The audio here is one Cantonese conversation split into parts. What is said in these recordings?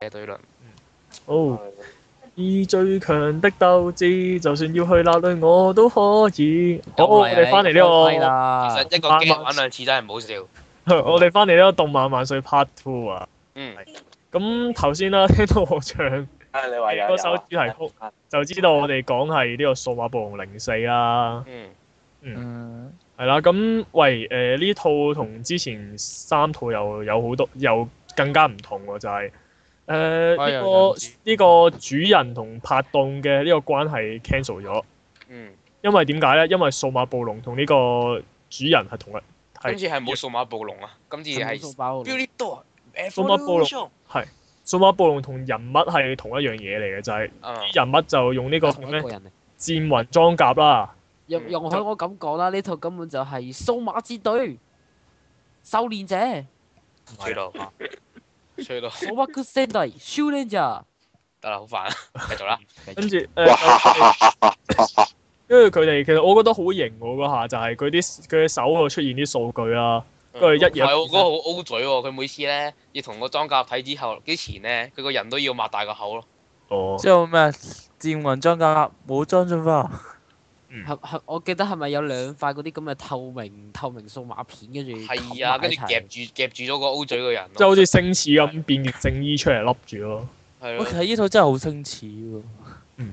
嘅對論。哦，嗯以最強的鬥志，就算要去哪裏我都可以。好，啊我哋翻嚟呢其啦，實一個 game 玩兩次真係唔好笑。個， 我哋翻嚟呢個《動漫萬歲 Part Two》啊。嗯，咁頭先啦， 聽到我唱啊！你話有啊嗰首主題曲，就知道我哋講係呢個《數碼暴龍零四》啦。嗯，嗯，係啦，咁喂誒呢、套同之前三套又有好多又更加唔同喎，就係誒哎呀呢又唔個知呢個主人同拍檔嘅呢個關係 cancel 咗。嗯，因為點解咧？因為數碼暴龍同呢個主人係同一今係次係冇數碼暴龍啊，嗯今次係數爆 Beauty Door 數碼暴龍係數碼暴龍同人物係同一樣嘢嚟嘅，就係、啊，啲人物就用呢個哦同一咩個人嚟。戰雲裝甲啦，容容許我咁講啦，呢套根本就係數碼之隊、修練者、吹到，吹到， Robot s e n d y s h o o t i n g e r 得啦，好煩啊，繼續啦。跟住誒，呃哇！因為佢哋其實我覺得好型喎嗰下，就係佢啲佢嘅手度出現啲數據啦，跟住一唔係，我覺得嘢好 O 嘴喎，佢每次咧要同個裝甲睇之後之前咧，佢個人都要擘大個口咯。哦，之後咩？戰雲裝甲冇裝進化，係係，我記得係咪有兩塊嗰啲咁嘅透明透明數碼片，跟住係啊，跟住夾住夾住咗個 O 嘴個人咯。即係好似星矢咁變件聖衣出嚟笠住咯。係我咯，睇呢套真係好星似喎。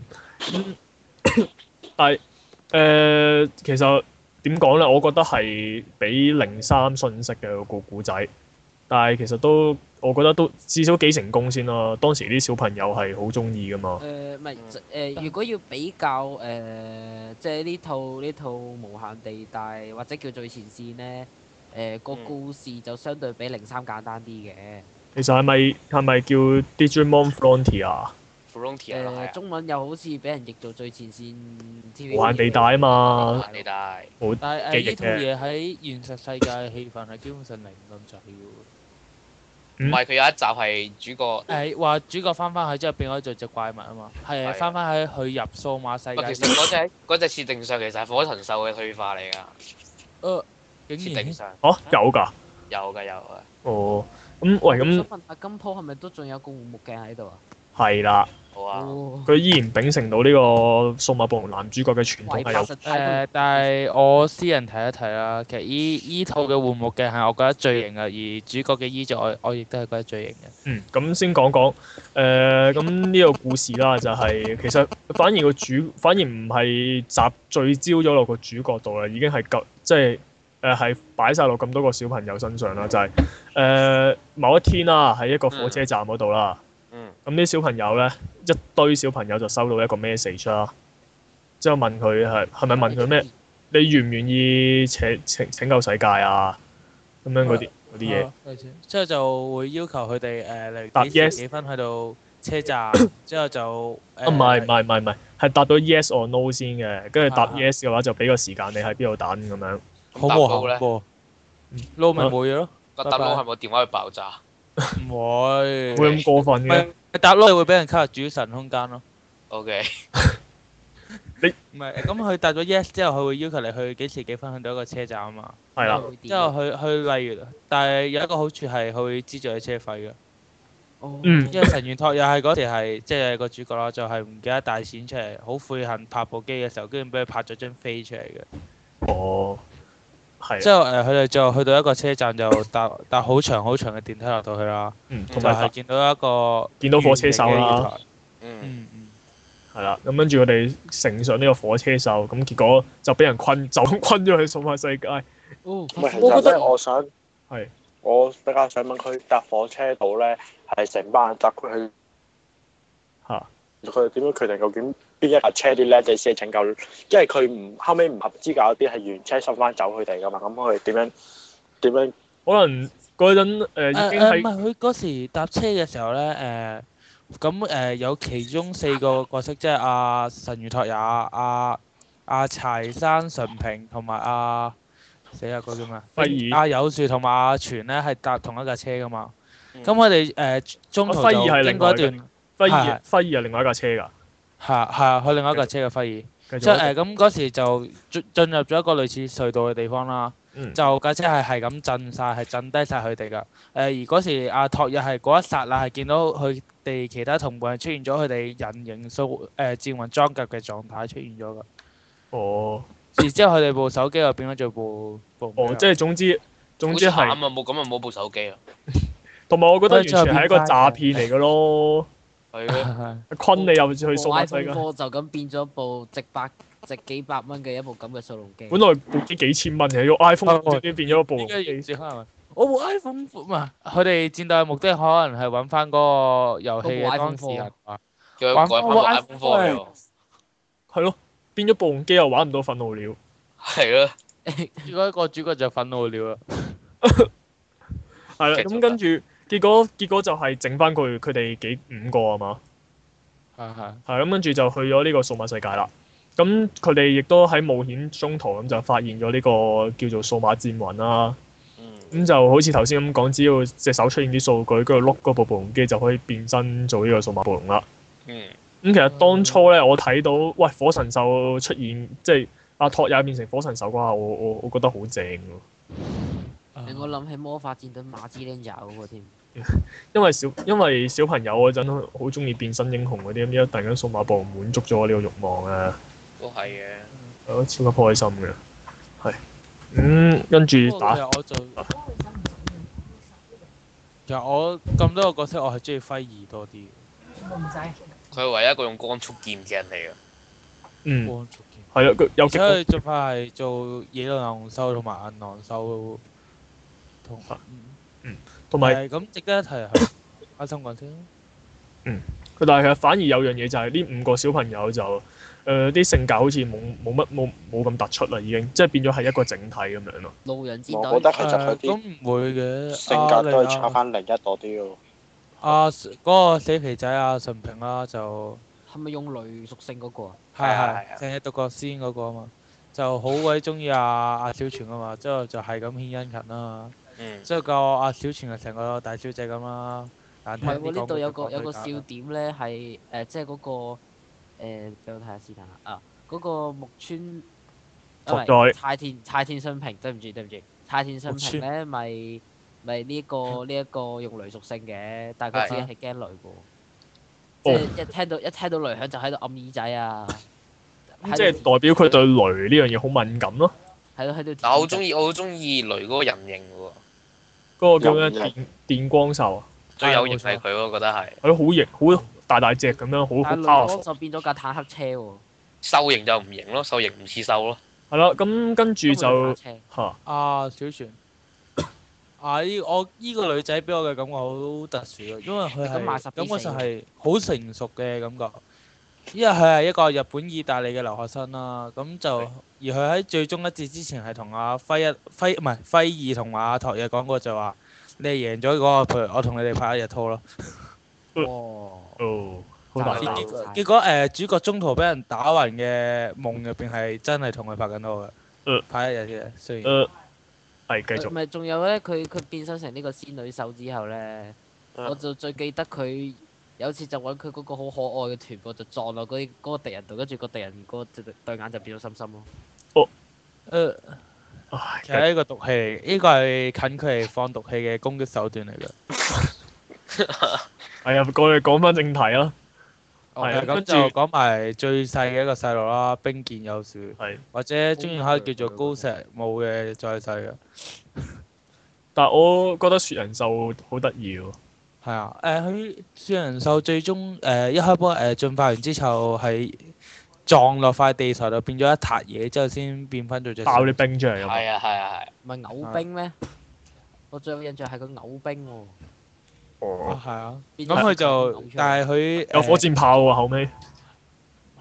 誒、其實點講咧？我覺得係俾零三信息嘅個故仔，但係其實都我覺得都至少幾成功先啦。當時啲小朋友係好中意噶嘛。誒唔係誒，如果要比較誒、即係呢套呢套無限地帶或者叫最前線呢，誒、個嗯故事就相對比零三簡單啲嘅。其實係咪係咪叫 Digimon Frontier 啊？誒、 Frontier 啦，係啊中文又好似俾人譯做最前線 TV 無限地帶啊嘛啊，，你大。但係記憶誒呢套嘢喺現實世界嘅氣氛係基本上零咁滯嘅唔係佢有一集係主角，喎。誒話主角翻翻去之後變咗做隻怪物啊嘛，係啊係翻翻喺去入數碼世不過界其實嗰隻嗰隻設定上其實係火神獸嘅退化嚟㗎，之設竟然定上哦、有㗎，有㗎有㗎。哦，咁喂我想咁問下金鋪係咪都仲有個護目鏡喺度啊？係啦，好啊，哦，佢依然秉承到呢個數碼暴龍男主角嘅傳統係喂八有十大誒，但係我私人睇一睇啦。其實依依套嘅換目嘅係我覺得最型嘅，而主角嘅衣着我我亦都係覺得最型嘅。嗯，咁先講講誒，咁、呢個故事啦，就係、其實反而個主反而唔係集聚焦咗落個主角度啦，已經係夠即係誒係擺晒落咁多個小朋友身上啦，就係、誒、某一天啦，喺一個火車站嗰度啦，嗯咁啲小朋友咧一堆小朋友就收到一個 message 啦，之後問佢係係咪問佢咩？嗯你願唔願意拯拯拯救世界啊？咁樣嗯嗰啲嗰啲嘢。嘢。啊之後就會要求佢哋誒，例答如幾 yes 時幾分去到車站，之後就啊誒唔係唔係唔係唔係，係答到 yes or no 先嘅，跟住答啊 yes 嘅話就俾個時間你喺邊度等咁樣。好搭無佬效咧喎。撈咪冇嘢咯，個拜特佬拜係咪電話去爆炸？ 唔會。會咁過分唔嘅？係搭撈會俾人卡入主神空間咯。 O K，唔係咁，佢答咗 yes 之後，佢會要求你去幾時幾分去到一個車站啊嘛。係啦，之後佢佢例如，但係有一個好處係佢會資助你車費嘅。哦嗯因為神元托又係嗰時係即係個主角啦，就係唔記得帶錢出嚟，好悔恨拍部機嘅時候，跟住俾佢拍咗張飛出嚟嘅。哦，係之後誒，呃佢哋就去到一個車站就搭搭好長好長嘅電梯落到去啦，嗯，就同埋係搭見到一個見到火車手圓形嘅啦，月台。嗯，嗯嗯，係啦，咁跟住我哋乘上呢個火車手，咁結果就俾人困， 就咁困咗去數碼世界。哦，唔係，其我實覺咧，得我想係我比較想問佢搭火車度咧，係成班人搭佢去嚇佢點樣決定究竟邊一架車啲叻仔先係拯救？因為佢唔後尾唔合資格嗰啲係原車收翻走佢哋噶嘛，咁佢點樣點樣？可能嗰陣誒誒已經呃誒，唔係係佢嗰時搭車嘅時候咧，誒咁誒有其中四個角色，即係阿神元托也、阿阿柴山純平同埋阿死啦嗰個叫咩啊？輝爾，阿有樹同埋阿全咧係搭同一架車噶嘛，嗯咁佢哋誒中途啊輝爾係就經另過一外段輝係爾係輝爾係另外一架車㗎。係係去另一架車嘅輝爾，繼即係續呃誒咁嗰時就進進入咗一個類似隧道嘅地方啦。嗯就架車係係咁震晒，係震低晒佢哋噶。誒、而嗰時阿托日係嗰一剎那係見到佢哋其他同伴係出現咗佢哋人形數誒、戰雲裝甲嘅狀態出現咗噶。哦，然之後佢哋部手機又變咗做部部啊哦，即係總之總之好慘係，啊！冇咁啊，冇部手機 啊，同埋我覺得完全喂最後係一個變詐翻騙嚟嘅咯，係 咯，係昆你入去數部碼世 iPhone 界， Four 就咁變咗部值百值幾百蚊嘅一部咁嘅掃龍機。本來部機幾千蚊嘅，用 iPhone 喂已經變咗部應該機完全可能係哦我部 iPhone 唔係啊佢哋戰鬥嘅目的，可能係揾翻嗰個遊戲嗰部嘅 iPhone 當事人啊。叫佢玩改翻我部 iPhone iPhone Four 俾我。係咯，變咗部機又玩唔到憤怒了。係咯，結果個主角就憤怒了啦。係啦，繼續咁啦跟住結果結果就係整翻佢佢哋幾五個啊嘛，係係。係咁跟住就去咗呢個數碼世界啦。咁佢哋亦都喺冒險中途咁就發現咗呢個叫做數碼戰雲啦。嗯，咁就好似頭先咁講，只要隻手出現啲數據，跟住碌嗰部暴龍機就可以變身做呢個數碼暴龍啦。嗯，咁其實當初咧，我睇到喂火神獸出現，即係阿托也變成火神獸嗰下，我我我覺得好正喎。令我諗起魔法戰隊馬之 n 有嗰個添。因為小因為小朋友嗰陣好中意變身英雄嗰啲，咁而家突然間數碼暴龍滿足咗我呢個慾望啊，都係嘅。我覺得超級開心嘅。係，嗯，跟住不過打其實我就其實我咁多個角色，我係中意輝兒多啲。佢係唯一一個用光速劍嘅人嚟嘅。嗯光速劍係啊，佢有而且佢最怕係做野狼狼獸同埋銀狼獸，同同埋埋咁值得一提係阿生講先啦。佢但係其實反而有樣嘢就係呢五個小朋友就誒啲、性格好似冇冇乜冇冇咁突出啦，已經即係變咗係一個整體咁樣咯。路人戰隊。我覺得其實誒佢咁啲唔會嘅，性啊格都係例如抄翻另一多啲咯。啊嗰個死皮仔阿純平啦，就係咪用雷屬性嗰個啊？係係啊係啊係成日讀過先嗰個啊嘛，就好鬼中意阿阿小泉啊嘛，之後就係咁獻殷勤啦嘛。嗯，即係個阿小全係成個大小姐咁啦，難唔聽係喎，啲呢講度有個個有個個啊笑點咧，係誒，即係嗰個呃誒，俾我睇下先等下啊，嗰個木村啊唔係拓哉太田太田信平，對唔住對唔住，太田信平咧咪咪呢 個呢一個用雷屬性嘅，但係佢係自己係驚哦雷喎，即係一聽到一聽到雷響就喺度暗耳仔啊，咁即係代表佢對雷呢樣嘢好敏感咯。係咯喺度，但我好中意，我好中意雷嗰個人形嘅喎，嗰、個叫咩有電電光獸啊，最有型係佢喎，我覺得係係咯，好型，好大大隻咁樣，好好但係雷 powerful 光就變咗架坦克車喎，獸型就唔型咯，獸型唔似獸咯。係啦，咁跟住就嚇啊小全 啊依我依個女仔俾我嘅感覺好特殊咯，因為佢咁賣十係幾感覺四上係好成熟嘅感覺，因為佢係一個日本意大利嘅留學生啦，咁就係而佢喺最終一節之前係同阿輝一輝唔係輝二同埋阿拓嘢講過就話你係贏咗嗰個，譬如我同你哋拍一日拖咯。哇！哦，好大就膽係結果結果誒、呃主角中途俾人打暈嘅夢入邊係真係同佢拍緊拖嘅，嗯拍一日嘅雖然。誒係繼續唔係，仲有咧，佢佢變身成呢個仙女獸之後咧，嗯啊我就最記得佢有次就揾佢嗰個好可愛嘅團部，就撞落嗰啲嗰個敵人度，跟住個敵人嗰隻對眼就變咗心心咯。呃誒、唉其繼續實呢個毒氣嚟，呢個係近距離放毒氣嘅攻擊手段嚟啊嘅。係啊，我哋講翻正題啦，係啊誒哦咁跟住就講埋最細嘅一個細路啦，冰見有樹，係。或者中意可以叫做高石武嘅再細嘅，但係我覺得雪人獸好得意喎，係啊。誒、佢雪人獸最終誒、呃一開波誒、進化完之後係撞落塊地台度變咗一笪嘢之後先變翻做隻爆細啲路冰出嚟咁係啊係啊係。唔係嘔冰咩？我最有印象係佢嘔冰喎。哦，啊，係啊。變咗咁佢嘔就出嚟，但係佢有火箭箭炮喎後尾。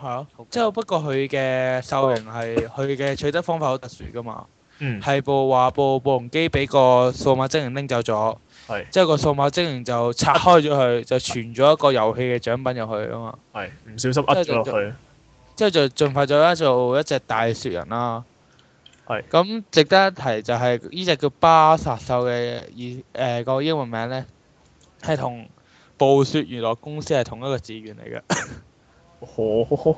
係啊，之後不過佢嘅獸型係佢嘅取得方法好特殊噶嘛，嗯，係部話部暴龍機俾個數碼精靈拎走咗，係之後個數碼精靈就拆開咗佢，就存咗一個遊戲嘅獎品入去啊嘛，係唔小心呃咗落去。之後就進化咗啦做一隻大雪人啦。係咁值得一提就係呢只叫巴薩獸嘅以誒個英文名咧，係同暴雪娛樂公司係同一個字源嚟嘅，哦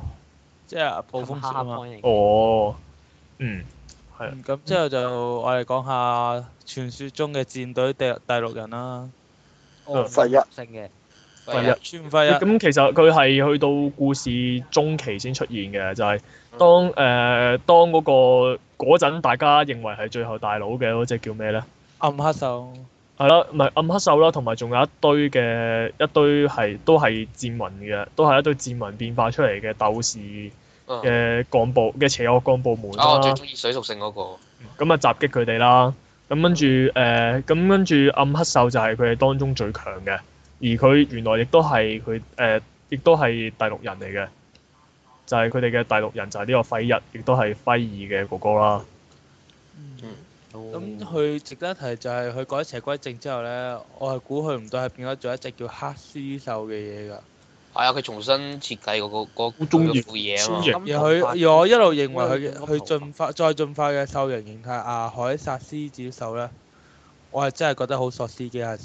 即係暴風雪啊嘛。啊 point 嚟嘅。哦，嗯，係啊嗯咁之後就我哋講下傳説中嘅戰隊第第六人啦，哦，廢啊一性嘅，係係啊，啊孫輝啊，咁其實佢係去到故事中期先出現嘅，就係、嗯當誒、呃、當嗰、個嗰陣大家認為係最後大佬嘅嗰只叫咩咧？暗黑獸，係啦，唔係暗黑獸啦，同埋仲有一堆嘅一堆係都係戰民嘅，都係一堆戰民變化出嚟嘅鬥士嗯嘅幹部嘅邪惡幹部們啊，我啦最，中意水屬性嗰個，咁啊襲擊佢哋啦，咁跟住誒，呃咁、跟住暗黑獸就係佢哋當中最強嘅，而佢原來亦都係佢誒，亦都係第六人嚟嘅，就係佢哋嘅第六人就係呢個輝一，亦都係輝二嘅哥哥啦。咁佢值得一提就係佢改邪歸正之後咧，我係估佢唔到係變咗做一隻叫黑絲獸嘅嘢㗎。係啊，佢重新設計嗰個嗰好嗰中意個副嘢啊嘛中，意而咁佢頭髮而我一路認為因為佢佢咁佢頭髮進化再進化嘅獸人形態啊，凱撒獅子獸咧，我係真係覺得好索斯機械獸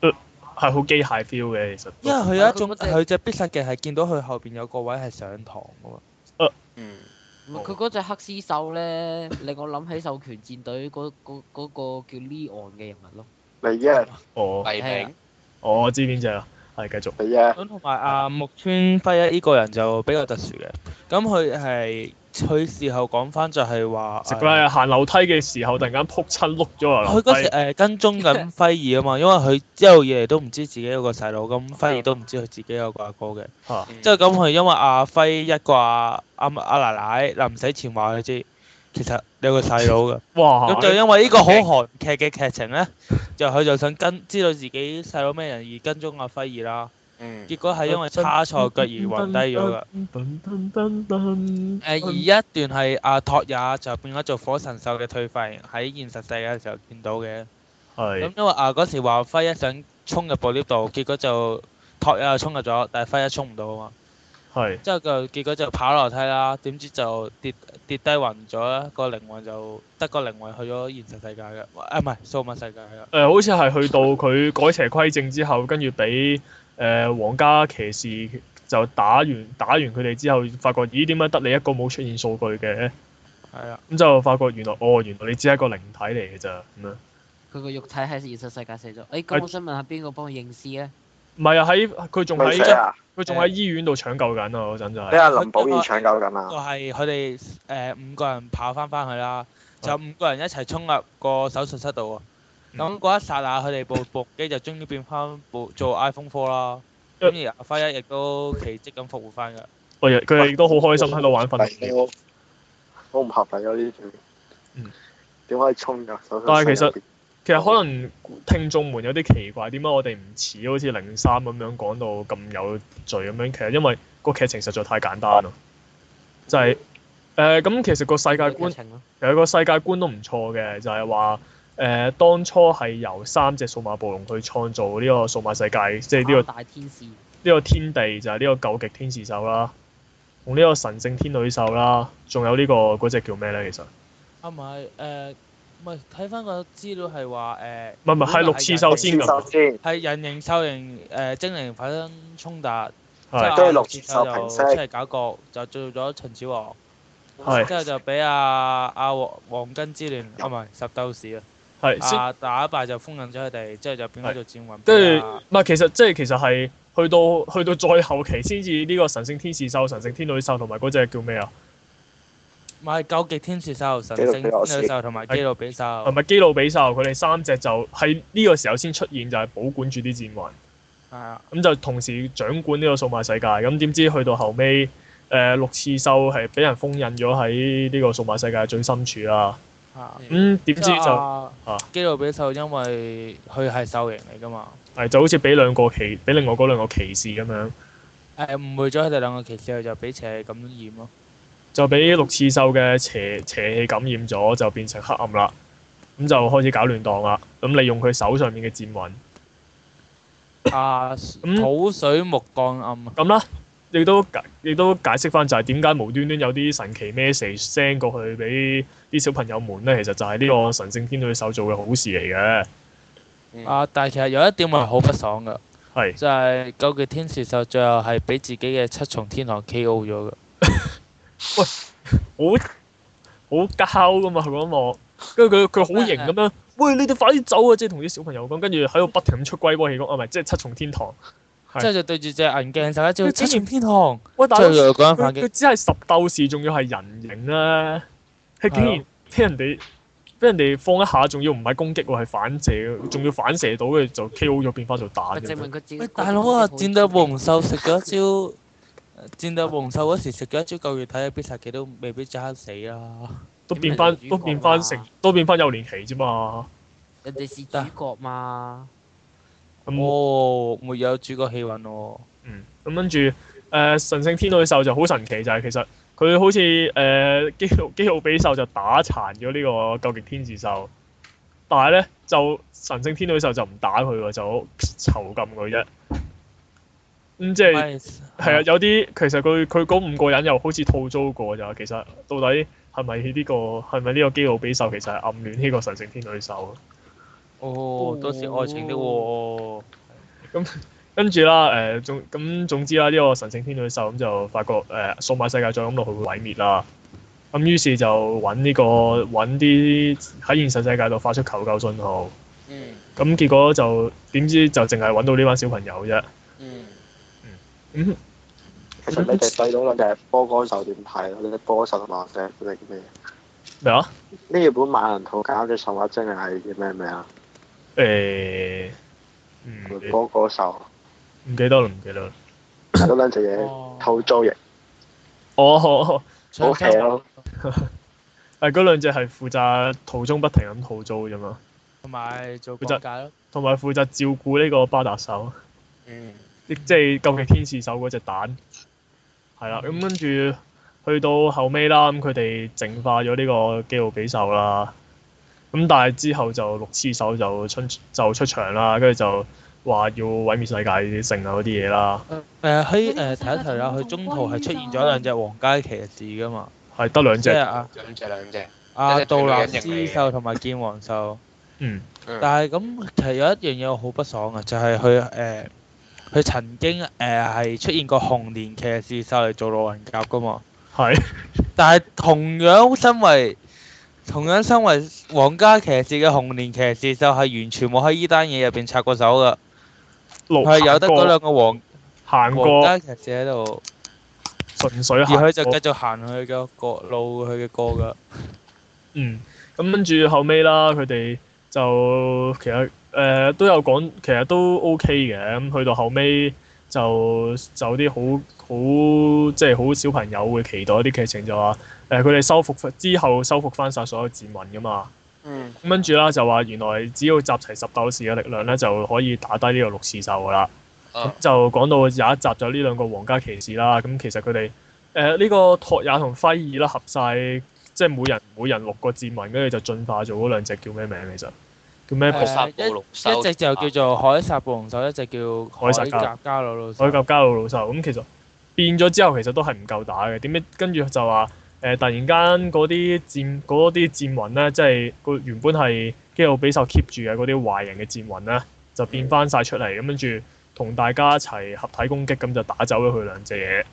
嘅，係好機械 feel 嘅，其實都因為佢有一佢種嗰隻佢隻必殺技係見到佢後邊有個位係上堂㗎嘛。嗯，唔哦係佢嗰隻黑絲獸咧，令我諗起獸拳戰隊嗰嗰嗰個叫 Leon 嘅人物咯。你啊一係哦，黎明哦我知邊只啦，係繼續。你一啊係咁同埋阿木村輝一呢個人就比較特殊嘅，咁佢係佢事後講翻就係話，食誒啦！行樓梯嘅時候突然間撲親碌咗落呃佢樓嗰時梯，誒跟蹤緊輝兒啊嘛，因為佢一路以嚟都唔知自己有個細佬，咁輝兒都唔知佢自己有個阿哥嘅。嚇嗯之後咁佢因為阿輝一個阿阿阿奶奶臨死前話佢知，其實你有個細佬 㗎。哇！咁就因為呢個好韓劇嘅劇情咧，就佢就想跟知道自己細佬咩人而跟蹤阿輝兒啦。嗯，結果係因為叉嗯錯腳而暈低咗㗎。誒、呃嗯而一段係阿托也就變咗做火神獸嘅退化型，喺現實世界嘅時候見到嘅。係咁因為啊嗰時話輝一想衝入部 lift 度，結果就托也就衝入咗，但係輝一衝唔到啊嘛。係之後就結果就跑樓梯啦，點知就跌跌低暈咗啦，個靈魂就得個靈魂去咗現實世界嘅，誒唔係數碼世界誒，嘅。呃好似係去到佢改邪規正之後，跟住俾誒皇家騎士就打完打完佢哋之後，發覺咦點解得你一個冇出現數據嘅？係啦，咁就發覺原來哦，原來你只係一個靈體嚟嘅咋咁樣。佢個肉體喺現實世界死咗。哎誒，咁我想問下邊個幫佢認屍咧？唔係啊，喺佢仲咪死喺啊！佢仲喺醫院度搶救緊啊！嗰陣就係俾。阿林保怡搶救緊就啊！係佢哋誒五個人跑翻翻去啦，就五個人一齊衝入個手術室度喎。咁嗰一剎那，佢哋部 部機就終於變翻部做 iPhone Four 啦。咁而阿輝一亦都奇蹟咁復活翻㗎。我亦哦佢亦都好開心喺度玩訓係練，我好唔合理啊！呢條嗯點可以衝㗎？手術但係室入邊其實可能聽眾們有啲奇怪，點解我哋唔似好似零三咁樣講到咁有罪咁樣？其實因為個劇情實在太簡單啦，就係誒咁其實個世界個觀劇情咯。其實個世界觀都唔錯嘅，就係話誒當初係由三隻數碼暴龍去創造呢個數碼世界，即係呢個三大天使。呢個天地就係呢個究極天使獸啦，同呢個神聖天女獸啦，仲有呢、個嗰只叫咩咧？其實啊唔係誒，唔係睇翻個資料係話誒，唔係唔係係六次獸先首咁，先，係人形獸形誒精靈發生衝突，之係跟後阿住六六節節就就平息出嚟搞局，就做咗秦始皇。係之後就俾阿阿黃黃巾之亂啊，唔係十鬥士啊，係先啊打敗就封印咗佢哋，之後就變咗做戰雲。跟住唔係其啊實即係其實係去到去到再後期先至呢個神聖天使獸、神聖天女獸同埋嗰只叫咩啊？唔係究極天使獸、神基魯聖比天羅斯女獸同埋基魯比獸係。咪基魯比獸？佢哋三隻就喺呢個時候先出現，就係、保管住啲戰雲。係啊，咁就同時掌管呢個數碼世界。咁點知去到後尾，誒、六刺獸係俾人封印咗喺呢個數碼世界最深處啦。係啊。咁、點知就啊就基魯比獸，因為佢係獸形嚟噶嘛，係就好似俾兩個騎，俾另外嗰兩個騎士咁樣，誒誤會咗佢哋兩個騎士，佢就俾邪咁染咯。就俾六刺獸嘅邪邪氣感染咗，就變成黑暗啦。咁就開始搞亂檔啦。咁利用佢手上面嘅戰雲，啊，嗯土水木降暗啊，咁啦，亦都解亦都解釋翻就係點解無端端有啲神奇 message send 過去俾啲小朋友們咧，其實就係呢個神聖天女手做嘅好事嚟嘅。嗯啊！但係其實有一點我係好不爽噶，係就係究極天使獸最後係俾自己嘅七重天堂 K.O. 咗嘅。好好膠噶嘛佢嗰一幕，跟住佢佢好型咁樣，喂你哋快啲走啊！即係同啲小朋友講，跟住喺度不停咁出龜波氣功啊，唔係即係七重天堂。之後就對住隻銀鏡手一招佢七竟然重天堂，喂大之佬，後就講佢反佢擊，只係十鬥士，仲要係人形咧，佢竟係然俾人哋俾人哋放一下，仲要唔係攻擊喎，係反射，仲要反射到跟住就 K.O. 咗變翻做蛋咪咁證樣。明佢自己喂嗰大個佬啊！功戰力鬥好黃獸食咗一招，戰鬥黃獸嗰時食咗一招夠月體，必殺技都未必即刻死啊啦。都變翻咁咪都變翻成主角嘛都變翻幼年期啫嘛。人哋是主角嘛，咁哦，嗯沒有主角氣運喎。嗯咁跟住誒神聖天女獸就好神奇，就係、其實佢好似誒基魯基魯比獸就打殘咗呢個究極天使獸，但係咧就神聖天女獸就唔打佢喎，就囚禁佢啫。咁、即係。係係啊，，有啲其實佢佢嗰五個人又好似套租過咋，其實到底係咪呢個係咪呢個基魯比獸其實係暗戀呢個神聖天女獸？哦，都是愛情的喎。跟住啦，誒、總咁總之啦，呢、個神聖天女獸咁就發覺誒、數碼世界再咁落去會毀滅啦。咁於是就揾呢、個揾啲喺現實世界度發出求救信號。嗯咁結果就點知就淨係揾到呢班小朋友啫。嗯，嗯，其實你哋對到兩隻波歌手點睇？啊你哋波歌手同埋隻嗰啲咩？咩啊？呢本萬人圖搞嘅神話精靈係叫咩名啊？誒、嗯，波歌手唔記得啦，唔記得啦。嗰兩隻嘢哦套租型，哦。哦好 hea 啊咯。誒嗰兩隻係負責途中不停咁吐槽啫嘛，同埋做講解咯。同埋負責照顧呢個巴達手，嗯，即即係究竟天使手嗰隻蛋，係啦，咁嗯跟住去到後尾啦，咁佢哋淨化咗呢個基奧比獸啦，咁但係之後就六黐手就出就出場啦，跟住就話要毀滅世界性啊嗰啲嘢啦，誒喺誒提一提啦，佢中途係出現咗兩隻皇家騎士噶嘛，係得兩即係啊隻，阿兩隻兩隻，阿一隻杜係納女人斯型嚟嘅獸同埋劍王獸。嗯，嗯但係咁其實有一樣嘢我好不爽啊，就係佢誒佢曾經誒呃係出現過紅蓮騎士獸嚟做路人甲噶嘛，係但係同樣身為同樣身為皇家騎士嘅紅蓮騎士獸係完全冇喺呢單嘢入邊插過手噶，六佢係有得行嗰過兩個皇哦行皇過，家騎士喺度。純粹而行佢就過繼續行佢嘅角路，佢嘅歌噶。嗯，咁跟住後尾啦，佢哋就其實誒、呃都有講，其實都 OK 嘅。咁去到後尾就就啲好好即係好小朋友會期待啲劇情就話誒佢哋修復之後修復翻晒所有戰民噶嘛。嗯咁跟住啦就話原來只要集齊十鬥士嘅力量咧就可以打低呢個六士獸噶啦。啊就講到有一集就呢兩個皇家騎士啦，咁其實佢哋誒呢個托也同輝爾啦合晒，即係每人每人六個戰民，跟住就進化咗嗰兩隻叫咩名其實叫咩海部？薩布龍獸一隻就啊叫做海薩暴龍獸，一隻叫海薩加甲加魯魯海獸。甲加魯老獸咁，其實變咗之後其實都係唔夠打嘅。點解跟住就話誒、突然間嗰啲戰嗰啲戰魂咧，即係個原本係基奧比獸 keep 住嘅嗰啲壞人嘅戰魂咧，就變翻晒出嚟，咁跟住同大家一齊合體攻擊，咁就打走咗佢兩隻嘢。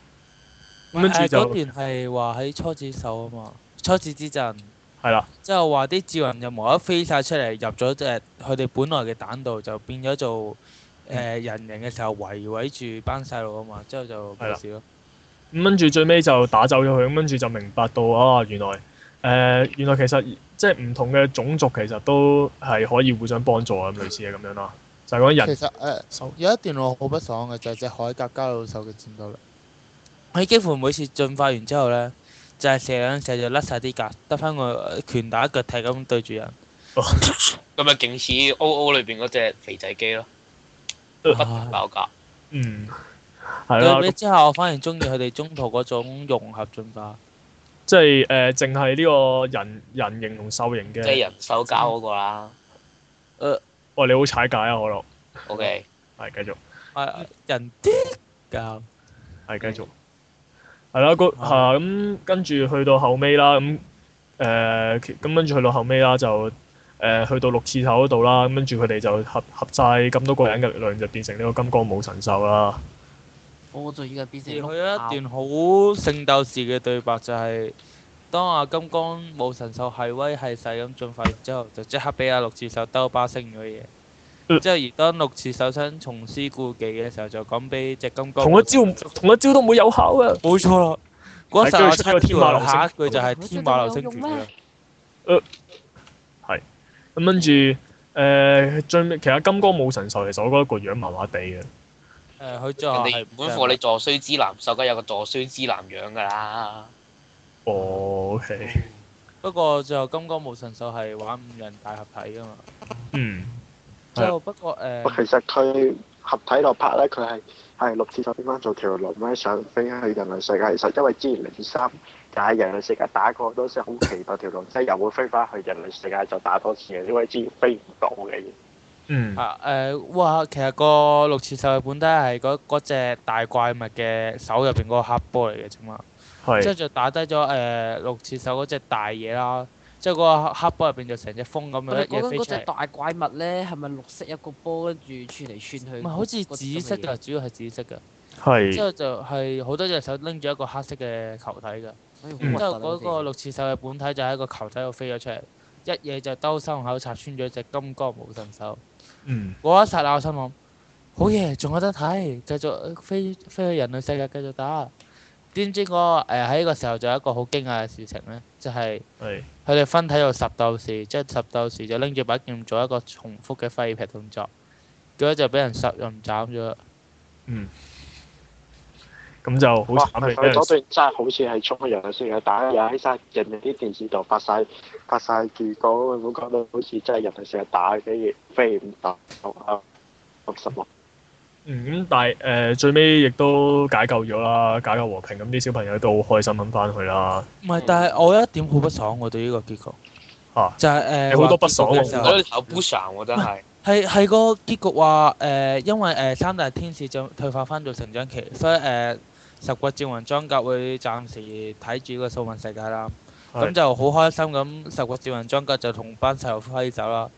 咁跟住誒就嗰段係話喺初始獸啊嘛，初始之陣，係啦，之後話啲智雲就無啦啦飛晒出嚟，入咗隻佢哋本來嘅蛋度，就變咗做誒嗯人形嘅時候圍圍住班細路啊嘛，之後就係啦冇事咯。咁跟住最尾就打走咗佢，咁跟住就明白到啊，原來誒、呃原來其實即係唔同嘅種族其實都係可以互相幫助啊，咁類似嘅咁樣啦，就係、講人實誒手有一段我好不爽嘅就係只海甲加魯獸嘅戰鬥力。佢幾乎每次進化完之後咧，就係射兩射就甩晒啲格，得翻個呃拳打腳踢咁 對住人。啊咁咪勁似 O O 裏邊嗰隻肥仔機咯，不啊停啊爆格，嗯係啦對，比之後，我反而中意佢哋中途嗰種融合進化。即係誒淨係呢個人人形同獸形嗯即係嘅，人獸交嗰個啦。哇你好踩界啊可樂，嗯 O K，係繼續啊人啲教係繼續係啦，個嚇咁跟住去到後尾啦，咁誒其咁跟住去到後尾啦就。誒、去到六次手嗰度啦，咁跟住佢哋就合合晒咁多個人嘅力量，就變成呢個金剛武神獸啦。我仲要佢變而成佢有碌一炮段好聖鬥士嘅對白就係、當阿金剛武神獸係威係勢咁進化完之後，就即刻俾阿六字手兜巴升咗嘢。嗯之後而當六字手想重施故技嘅時候，就講俾只金剛。同一招唔同一招都唔會有效啊噶。冇錯啦。嗰一係跟住剎我出咗個天馬流星下一句就係天馬流星拳啦。咁跟住誒最其實金剛武神獸其實我覺得個樣麻麻地嘅，誒，佢就人哦係哋本貨你助衰之男，手梗有個助衰之男樣㗎啦。哦 OK，不過最後金剛武神獸係玩五人大合體噶嘛。嗯係啊就不過誒其實佢合體落拍咧，佢係係六次手變翻做條龍咧，想飛去人類世界。其實因為之前零三就喺人類世界打過好多次，好期待條龍即係又會飛翻去人類世界再打多次嘅，因為之前飛唔到嘅。嗯啊誒，哇！其實個六次獸嘅本體係嗰嗰隻大怪物嘅手入邊嗰個黑波嚟嘅啫嘛。之係後就打低咗誒六次手嗰隻大嘢啦。之後嗰個黑波入邊就成隻風咁我樣哋一講嘢緊飛嗰出隻嚟。大怪物咧，係咪綠色一個波，跟住串嚟串去？唔係好似紫色㗎，主要係紫色㗎。之係後就係好多隻手拎住一個黑色嘅球體㗎。哎好嗯之後核突啊嗰個六次獸嘅本體就喺個球體度飛咗出嚟，一嘢就兜心口插穿咗只金剛無神手。嗯嗰一剎那我心諗，好嘢，仲有得睇，繼續飛飛去人類世界繼續打。點知嗰、個誒喺呢個時候就有一個好驚訝嘅事情咧，就係係佢哋分體做十鬥士，即係十鬥士就拎住把劍做一個重複嘅揮劈動作，結果就俾人十刃斬嗯咗。咁就好哇！慘佢嘅，俾人嗰段真係好似係衝去人類世界打，又喺晒人哋啲電視度發晒發晒預告，咁講到好似真係人類世界打，跟住飛唔到啊！六十六嗯咁，但係誒、最尾亦都解救咗啦，解救和平，咁啲小朋友都好開心咁翻去啦。唔係，但係我有一點好不爽喎，對呢個結局啊就係誒有好多不爽喎話結局嘅時候我覺得考 Bush 我真 係。係係個結局話誒、呃因為誒、呃三大天使就退化翻到成長期，所以誒、呃十國戰魂裝甲會暫時睇住個數碼世界啦。係咁就好開心咁，十國戰魂裝甲就同班細路揮走啦。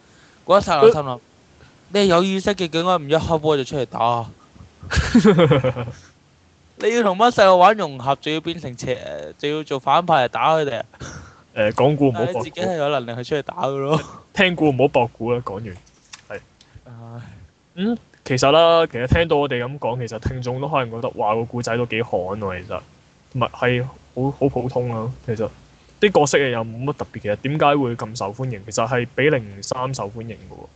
嗰一剎那我心諗，你有意識嘅點解唔一開波就出嚟打？ 你要同班細路玩融合，仲要變成邪，呃仲要做反派嚟打佢哋。誒講故唔好但係你博自古己，係有能力去出去打嘅咯。 聽故唔好博古啦。講完，唉其實啦，其實聽到我哋咁講，其實聽眾都可能覺得哇個故仔都幾寒喎，其實同埋係好好普通啦。其實啲角色又冇乜特別，其實點解會咁受歡迎？其實係比零三受歡迎嘅喎。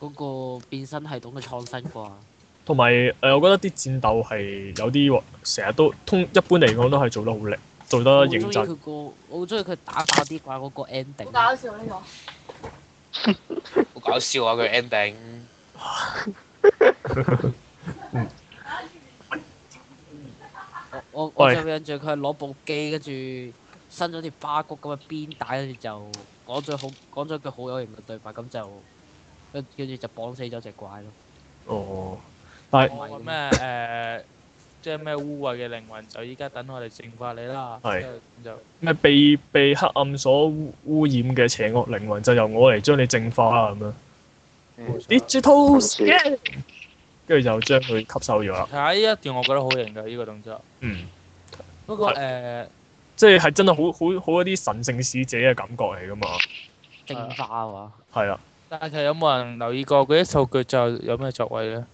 嗰個變身系統嘅創新啩？同埋誒，我覺得啲戰鬥係有啲成日都通，一般嚟講都係做得好力，做得我好中意認真。佢個，我好中意佢打爆啲怪嗰個 ending。搞笑呢個。好搞笑啊！佢 ending，我我我喂最有印象佢係攞部機跟住伸咗條巴谷咁嘅邊帶，跟住就講咗好講咗句好有型嘅對白，咁就跟跟住就綁死咗只怪咯。哦，但係我話咩誒，即係咩污穢嘅靈魂就依家等我哋淨化你啦。係之後就咩被被黑暗所污污染嘅邪惡靈魂，就由我嚟將你淨化啦咁樣。Digital 嗯 scan，跟住就將佢吸收咗啦。係啊！呢一段我覺得好型㗎，呢個動作。嗯，不過呃係啊誒，即係係真係好好好一啲神聖使者嘅感覺嚟噶嘛。淨化啊嘛，係啦，但係其實有冇人留意過嗰啲數據就有咩作為咧？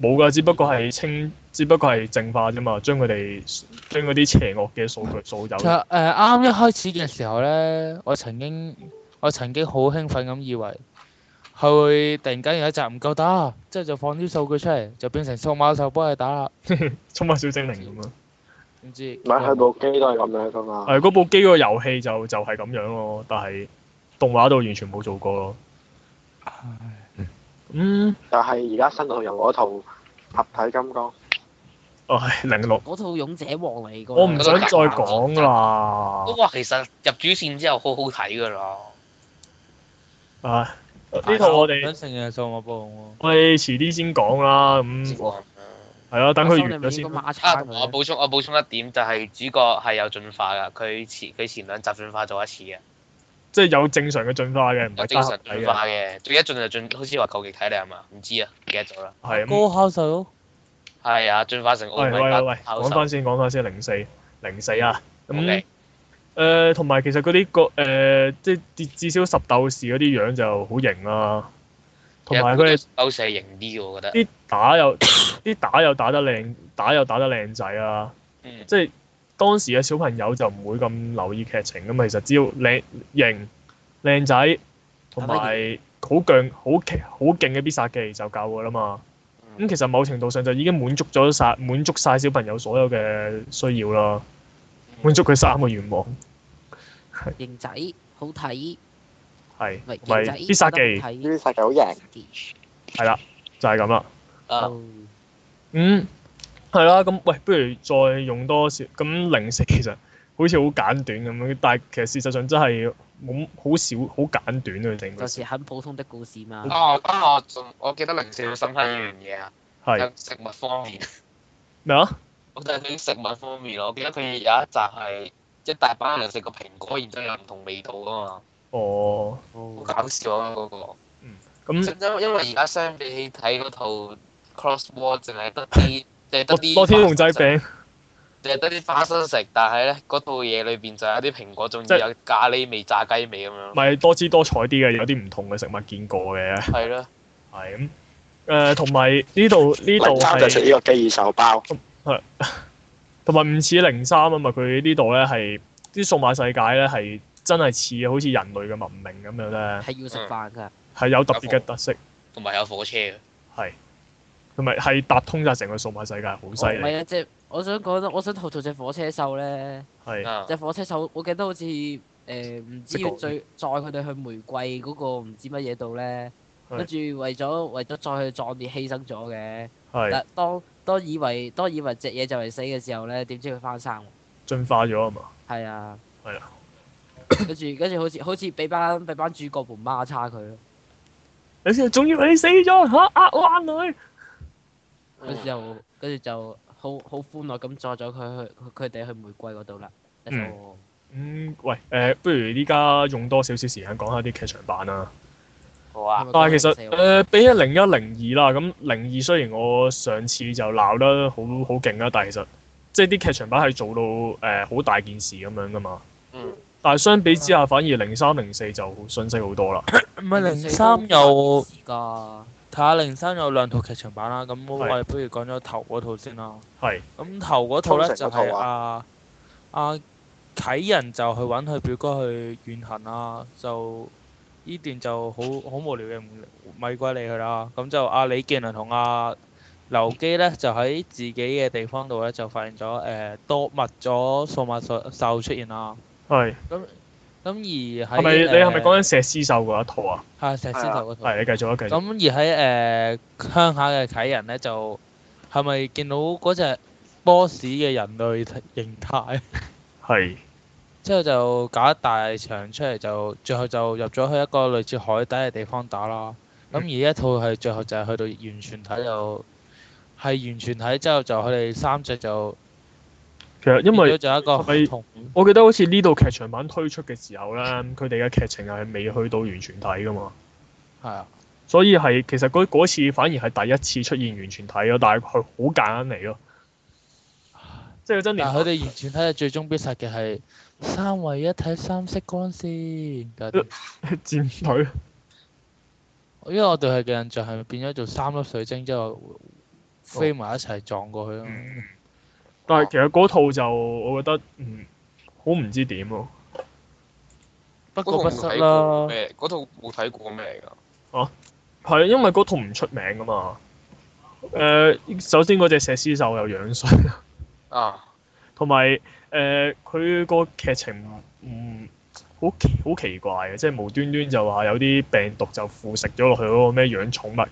冇㗎，只不過係清，只不過係淨化啫嘛，將佢哋將嗰啲邪惡嘅數據掃走其。實誒啱一開始嘅時候咧，我曾經我曾經好興奮咁以為佢會突然間有一集唔夠打，之後就放啲數據出嚟，就變成數碼手幫佢打啦。充滿小精靈咁啊！唔知唔係佢部機都係咁樣噶嘛。誒，嗰部機個遊戲就就係咁樣咯，但係動畫度完全冇做過咯。嗯，但係而家新導遊嗰套合體金剛，哦係零六，嗰套勇者王嚟㗎。我唔想再講啦哦不。過其實入主線之後好好睇㗎啦。唉，呢套我哋想成日數碼暴龍喎。我哋遲啲先講啦。嗯咁係啦，等佢完咗先啦。孖啊，叉同埋我佢。補充我補充一點就係主角係有進化㗎，佢前佢前兩集進化咗一次啊嘅，即係有正常嘅進化嘅，唔有係精單合神體啊進嘅。化嘅，最一進就進，好似話求其睇你係嘛？唔知啊，唔記得咗啦。係咁。高考細佬。係啊，進化成奧喂米喂喂喂，加講翻先，講翻先，零四零四啊。咁誒同埋其實嗰啲個誒即係至少十鬥士嗰啲樣就好型啦，同埋佢哋歐射型啲嘅，我覺得。啲打又啲打又打得靚，打又打得靚仔啊！嗯即係當時嘅小朋友就唔會咁留意劇情咁，其實只要靚型、靚仔同埋好強、好勁、好勁嘅必殺技就夠㗎啦嘛。咁、其實某程度上就已經滿足咗晒滿足晒小朋友所有嘅需要啦，嗯滿足佢三個願望型仔好睇，係唔係同埋型仔必殺技覺得呢啲世界好型好睇，係啦，就係咁啦。啊，嗯嗯，係啦，咁喂，不如再用多少咁零食，其實好似好簡短咁樣，但係其實事實上真係冇好少好簡短啊，整個就是很普通的故事嘛。啊，咁我仲我記得零四好深刻一樣嘢啊，係係食物方面。咩啊？我就係佢食物方面咯，我記得佢有一集係一大班人食個蘋果，然之後有唔同味道噶嘛，哦，好哦搞笑啊嗰、個。咁因因為而家相比起睇嗰套 Cross War，淨係得啲，淨係得啲多天龍仔花生食，餅淨係得啲花生食，但係咧嗰套嘢裏邊就有啲蘋果，仲即係要有咖喱味、炸雞味咁樣。咪多姿多彩啲嘅，有啲唔同嘅食物見過嘅，係咯，係咁誒，同埋呢度呢度零三就食係呢個基爾手包，同埋唔似零三啊嘛，佢呢度咧係啲數碼世界咧係真係似好似人類嘅文明咁樣咧，係要食飯㗎，係有特別嘅特色。同埋有火車啊嘅。係，同埋係搭通晒成個數碼世界，好犀唔係利。啊，即係我想講，我想吐槽隻火車獸咧。係啊隻火車手，我記得好似誒唔知識要講最載佢哋去玫瑰嗰個唔知乜嘢度咧，係跟住為咗為咗載佢壯烈犧牲咗嘅。係但當當以為當以為隻嘢就嚟死嘅時候咧，點知佢翻生喎？進化咗啊嘛，係啊。係啊。跟住跟住好似好似俾班俾班主角們孖叉佢咯，你先仲要你死咗嚇呃彎女，跟住就跟住就好好歡樂咁載咗佢去佢哋去玫瑰嗰度啦。嗯嗯，喂誒、不如依家用多少少時間講下啲劇場版啦。好啊，但係其實誒、比起零一零二啦，咁零二雖然我上次就鬧得好好勁啊啦，但係其實即係啲劇場版係做到誒好、大件事咁樣噶嘛。嗯。但係相比之下，反而零三零四就信息好多啦。唔係零三又㗎。睇下零三有兩套劇場版啦，咁我係哋不如講咗頭嗰套先啦。係咁頭嗰套咧通常就嗰套係啊阿阿啟人就去揾佢表哥去遠行啦，就呢段就好好無聊嘅，唔咪鬼理佢啦。咁就阿李健良同阿劉基咧就喺自己嘅地方度咧就發現咗誒、呃多密咗數碼獸獸出現啦。係咁而喺係咪你係咪誒講緊石獅獸嗰一套啊？係石獅頭嗰套？係你繼續啊，繼續。嗯咁而喺誒、呃、鄉下嘅啟人咧，就係咪見到嗰只 boss 嘅人類形態？係 之後就搞一大場出嚟，就最後就入咗去一個類似海底嘅地方打啦。咁而呢一套係最後就係去到完全體就係完全體之後就佢哋三隻就其實因為變咗咗一個係咪同我記得好似呢度劇場版推出嘅時候咧，佢哋嘅劇情係未去到完全睇噶嘛，係啊，所以係其實嗰嗰次反而係第一次出現完全睇咯，但係佢好夾硬嚟咯，即係真但連係佢哋完全體係最終必殺嘅係三位一體三色光線嗰啲。 戰隊因為我對佢嘅印象係變咗做三粒水晶之後飛埋一齊撞過去咯。嗯但係其實嗰套就我覺得嗯好唔知點咯，不嗰過套不冇失睇過啦，咩？嗰套冇睇過咩嚟㗎？係因為嗰套唔出名噶嘛。誒、首先嗰隻石獅獸又樣衰。啊，同埋誒佢個劇情唔好奇好奇怪嘅，即係無端端就話有啲病毒就腐蝕咗落去嗰個咩養寵物嗰、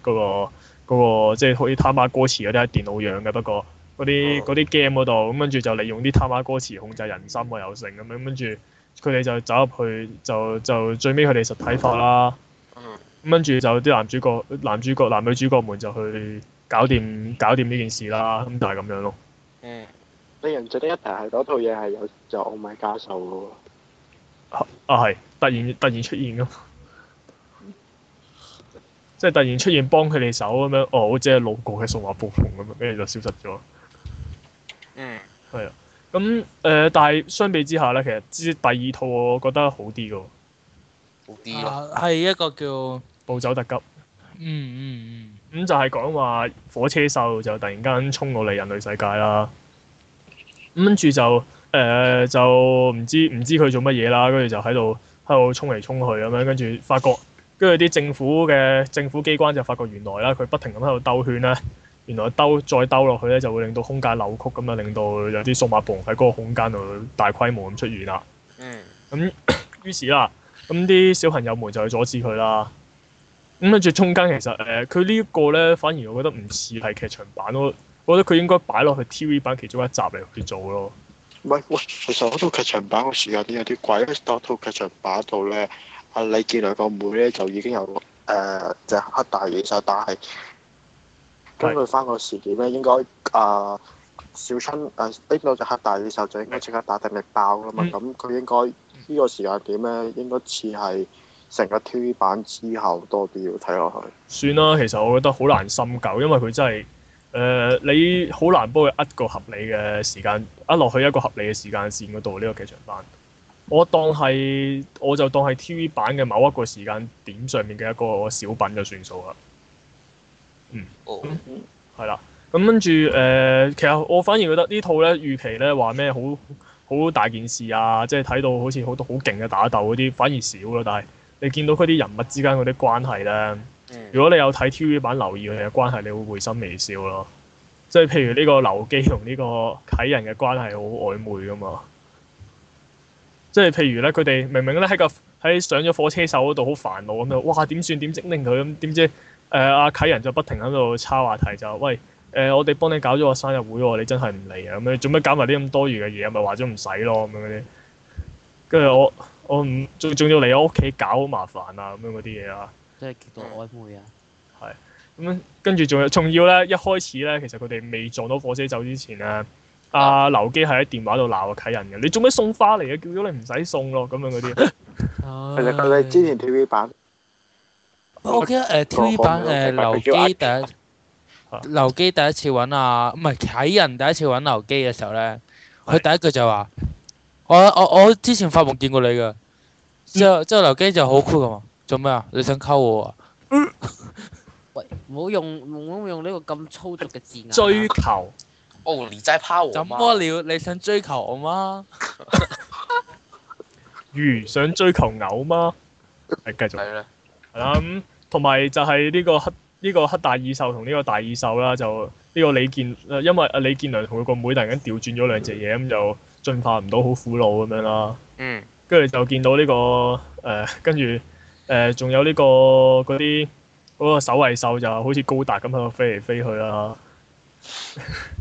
個嗰、個，即係好似他媽哥池嗰啲係電腦養嘅，不過嗰啲哦嗰啲 game 嗰度咁跟住就利用啲他媽哥池控制人心啊又成咁樣，跟住佢哋就走入去就就最尾佢哋實體化啦，嗯，咁跟住就啲男主角男主角男女主角們就去搞掂搞掂呢件事啦，咁就係咁樣咯。嗯，你人最得一提係嗰套嘢係有就奧米加獸嘅喎。啊係，突然突然出現咁，即係突然出現幫佢哋手咁樣，哦，我只係路過嘅數碼暴龍咁樣，跟住就消失咗。嗯，咁誒、呃但係相比之下咧，其實之第二套我覺得好啲嘅喎，《好啲咯。啊係一個叫暴走特急》嗯嗯咁就係講話火車獸就突然間衝過嚟人類世界啦。咁跟住就誒、呃就唔知唔知佢做乜嘢啦，跟住就喺度喺度衝嚟衝去咁樣，跟住發覺跟住啲政府嘅政府機關就發覺原來啦，佢不停咁喺度兜圈咧，原來兜再兜落去咧就會令到空間扭曲咁啊，令到有啲數碼暴龍喺嗰個空間度大規模咁出現啦。嗯，於是啦，咁啲小朋友們就去阻止佢啦。咁跟住中間其實誒，佢、呢一個咧，反而我覺得唔似係劇場版咯。我覺得佢應該擺落去 TV 版其中一集嚟去做咯。唔係，喂，其實嗰套劇場版個時間點有啲怪，因為嗰套劇場版度咧，阿李健良個妹咧就已經有誒隻黑大野獸，但係根據翻個事件咧，應該啊小春誒拎到隻黑大野獸就應該即刻打定力爆噶啦嘛，嗯咁佢、應該呢個時間點咧，應該似係成個 TV 版之後多啲要睇落去。算啦，其實我覺得好難深究，因為佢真係誒、你好難幫佢呃個合理嘅時間，呃落去一個合理嘅時間線嗰度呢個劇場版。我當係我就當係 TV 版嘅某一個時間點上面嘅一個小品就算數啦。哦，係啦，咁跟住誒，其實我反而覺得呢套咧預期咧話咩好好大件事啊，即係睇到好似好多好勁嘅打鬥嗰啲，反而少咯。但係你見到佢啲人物之間嗰啲關係咧，嗯，如果你有睇 TV 版留意佢哋嘅關係，你會會心微笑咯。即係譬如呢個劉基同呢個啟人嘅關係好曖昧噶嘛。即係譬如咧，佢哋明明咧喺個喺上咗火車手嗰度好煩惱咁樣，哇點算點整令佢咁點知誒呃阿、啟人就不停喺度抄話題就喂誒、呃我哋幫你搞咗個生日會喎，你真係唔嚟啊咁樣，做咩搞埋啲咁多餘嘅嘢？咪話咗唔使咯咁樣嗰啲。跟住我我唔仲仲要嚟我屋企搞好麻煩啊咁樣嗰啲嘢啦。真係極度曖昧啊！咁跟住仲有仲要咧，一開始咧，其實佢哋未撞到火車走之前咧，阿、劉基係喺電話度鬧阿啟仁嘅，你做咩送花嚟嘅？叫咗你唔使送咯，咁樣嗰啲。其實佢哋之前 TV 版嗯，我記得誒 TV 版誒劉基第一劉基第一次揾啊，唔係啟人第一次揾劉基嘅時候咧，佢第一句就話：我我我之前發夢見過你㗎。之嗯後之後劉基就好酷咁話：做咩啊？你想溝我啊？喂，唔好用唔好用呢個咁粗俗嘅字眼啊。追求哦，你在怕我怎嗎？麼了？你想追求我嗎？如想追求偶嗎？係繼續係咧，係啦，咁同埋就係呢個黑呢、個黑大耳獸同呢個大耳獸啦，就呢個李健，呃因為阿李健良同佢個妹突然間調轉咗兩隻嘢，咁就進化唔到，好苦惱咁樣啦。嗯，跟住就見到呢、個誒、跟住誒仲有呢、個嗰啲嗰個守衛獸就好似高達咁喺度飛嚟飛去啦。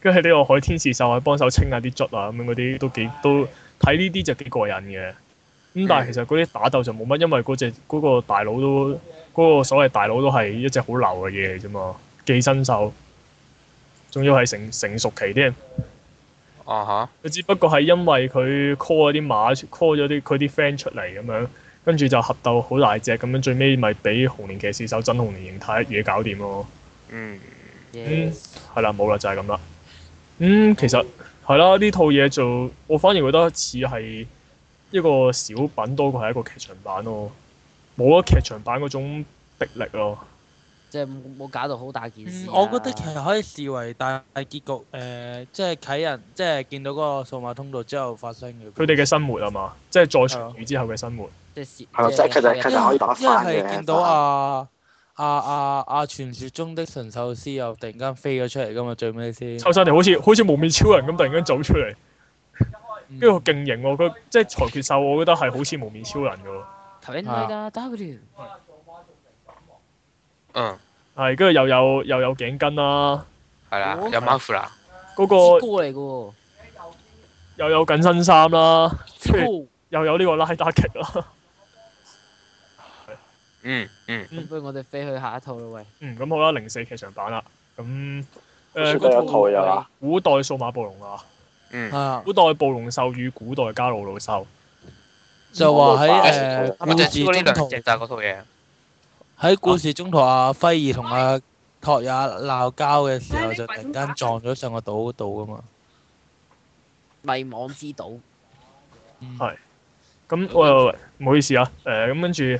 跟住呢個海天使獸係幫手清下啲卒啊，咁樣嗰啲都幾都睇呢啲就幾過癮嘅。咁但係其實嗰啲打鬥就冇乜，因為嗰隻嗰個大佬都嗰、個所謂大佬都係一隻好流嘅嘢嚟啫嘛，寄生獸，仲要係成成熟期添。啊哈，佢只不過係因為佢 call 咗啲馬出，call 咗啲佢啲 friend 出嚟咁樣，跟住就合鬥好大隻咁樣，最尾咪俾紅蓮騎士手真紅蓮形態嘢搞掂咯。嗯，嗯 Yes，係啦，冇啦，就係咁啦。嗯，其實係啦，呢套嘢做我反而覺得似係一個小品多過係一個劇場版咯，冇咗劇場版嗰種逼力咯。即係冇冇搞到好大件事啊。嗯我覺得其實可以視為大結局誒、即係啟人，即係見到嗰個數碼通道之後發生嘅。佢哋嘅生活啊嘛，即係再重遇之後嘅生活。即係係啦即係其實其實可以打因翻為嘅係見到啊啊啊啊傳説中的神獸師又突然間飛咗出嚟噶嘛，最尾先。秋生你好似好似無面超人咁突然間走出嚟。嗯跟住佢勁型喎，佢即係裁決獸，我覺得係好似無面超人嘅喎。頭先睇啊㗎 W。嗯，係，跟住又有又有頸巾啦，係啦，哦有啊 m a f 啦，嗰、支個歌 嚟嘅喎，又有緊身衫啦，支歌又有呢個拉打劇啦。 嗯嗯，嗯不如我哋飛去下一套啦喂。嗯，咁好啦，零四劇場版啦。咁誒算嗰得一套套又話古代數碼暴龍啊，嗯，啊，古代暴龍獸與古代加魯魯獸。就話我喺誒呃嗯我就故知事道呢中兩途隻咋嗰套嘢，喺故事中途阿輝兒同阿托嗯也鬧交嘅時候，就突然間撞咗上個島嗰度噶嘛。迷惘之島。嗯咁喂喂喂，唔好意思啊，誒咁跟住誒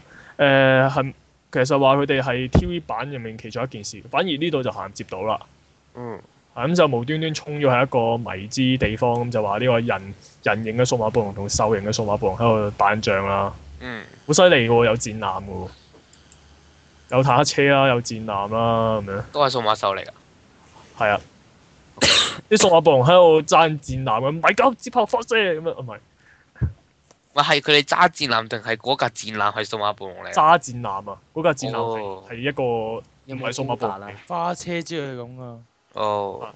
係其實話佢哋係 TV 版入面其中一件事，反而呢度就銜接到啦。嗯，係咁就無端端衝咗喺一個迷之地方，咁就話呢個人人形嘅數碼暴龍同獸形嘅數碼暴龍喺度扮仗啦，嗯，好犀利嘅喎，有戰艦嘅喎，有坦克車啦，有戰艦啦，咁樣都係數碼獸嚟㗎。係啊，啲數碼暴龍喺度爭戰艦咁，咪搞接炮發射咁樣，唔係喂，係佢哋揸戰艦定係嗰架戰艦係數碼暴龍嚟㗎？揸戰艦啊，嗰架戰艦係哦係一個有唔係冇數碼暴達龍啊嚟？花車之類咁啊。哦，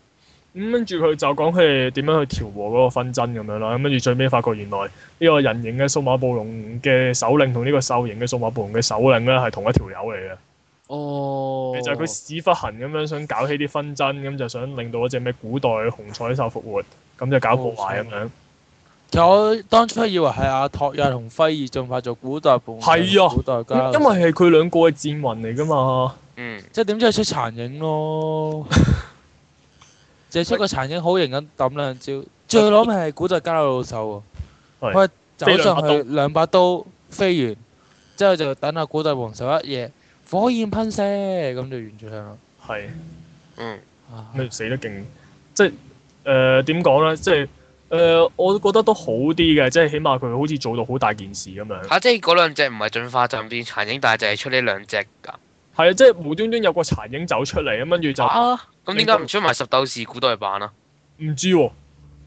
咁跟住佢就講佢哋點樣去調和嗰個紛爭咁樣啦，咁跟住最尾發覺原來呢個人形嘅數碼暴龍嘅首領同呢個獸形嘅數碼暴龍嘅首領咧係同一條友嚟嘅，哦，就係佢屎忽痕咁樣想搞起啲紛爭，咁就想令到嗰只咩古代紅彩獸復活，咁就搞破壞咁樣。其實我當初以為係阿托日同輝爾進化做古代部門，係啊古代家，咁因為係佢兩個嘅戰魂嚟噶嘛，嗯，即係點知佢出殘 影咯，就係出個殘影好型咁抌兩招，最攞命係古代加魯獸係喎，佢走飛兩把上刀去兩把刀飛完，之後就等阿古代王獸一夜火焰噴射，咁就完咗啦。係嗯，啊咪死得勁，即係誒點講咧，即係誒、呃我覺得都好啲嘅，即係起碼佢好似做到好大件事咁樣。嚇，即係嗰兩隻唔係進化就變殘影，但係就係出呢兩隻㗎。係啊，即係無端端有個殘影走出嚟，咁跟住就啊，咁點解唔出埋十鬥士古代版啊？呃唔知喎、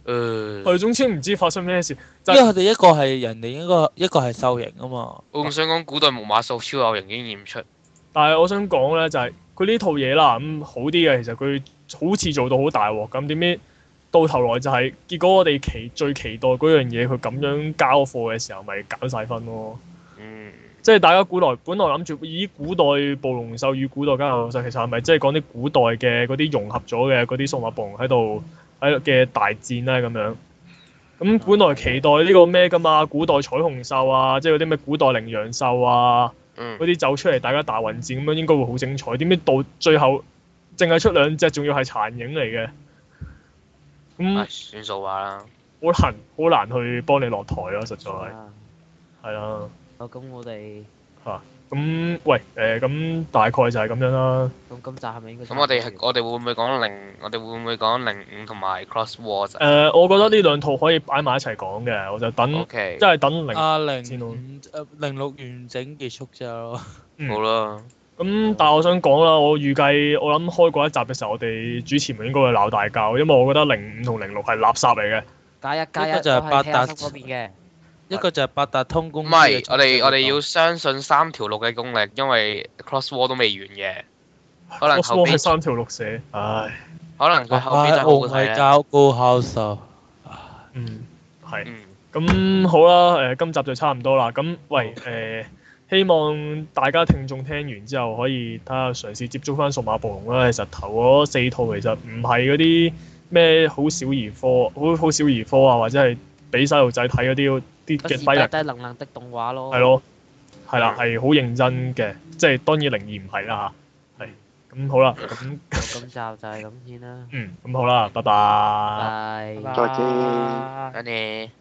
誒，係總之唔知發生咩事。就因為佢哋一個係人哋，一個一個係獸形啊嘛，我仲想講古代木馬獸超偶型已經演出，但係我想講咧，就係佢呢套嘢啦，咁、好啲嘅，其實佢好似做到好大鑊咁，點知到頭來就係、結果我哋期最期待嗰樣嘢，佢咁樣交貨嘅時候，咪減晒分咯。嗯，即係大家古來本來諗住咦，古代暴龍獸與古代加魯獸，其實係咪即係講啲古代嘅嗰啲融合咗嘅嗰啲數碼暴龍喺度喺度嘅大戰咧咁樣？咁本來期待呢個咩㗎嘛，古代彩虹獸啊，即係嗰啲咩古代羚羊獸啊，嗯嗰，啲走出嚟大家大混戰咁樣應該會好精彩。點知到最後淨係出兩隻，仲要係殘影嚟嘅，唉咁算數話啦，好難好難去幫你落台咯，實在係啊係啦。好，咁我哋咁喂誒，咁、大概就係咁樣啦。咁今集係咪應該咁我哋係我哋會唔會講零？我哋會唔會講零五同埋 Cross Wars 啊誒、呃我覺得呢兩套可以擺埋一齊講嘅，我就等， ？O K，即係等啊零阿零先咯五呃零六完整結束啫咯。好啦，咁。但係我想講啦，我預計我諗開嗰一集嘅時候，我哋主持們應該會鬧大交，因為我覺得零五同零六係垃圾嚟嘅。加一加呢一個就係八八達達嗰邊嘅，一個就係八達通公嗯唔司係嘅出色我哋我哋要活動相信三條路嘅功力，因為 Cross War 都未完嘅，可能 Cross 後 War 係邊三條六寫，唉，可能佢後邊就好好睇 Oh 係啦。交高考授，嗯，係。嗯，咁好啦，誒、今集就差唔多啦。咁喂，誒、希望大家聽眾聽完之後可以睇下嘗試接觸翻數碼暴龍啦。其實頭嗰四套其實唔係嗰啲咩好小兒科，好好小兒科啊，或者係俾細路仔睇嗰啲啲不嘅是低能低低能能的動畫咯。係。咯，係啦，係好認真嘅，即係當然靈異唔係啦嚇。係咁好啦，咁咁今集就係咁先啦，嗯咁好啦，拜拜。再見拜拜等你。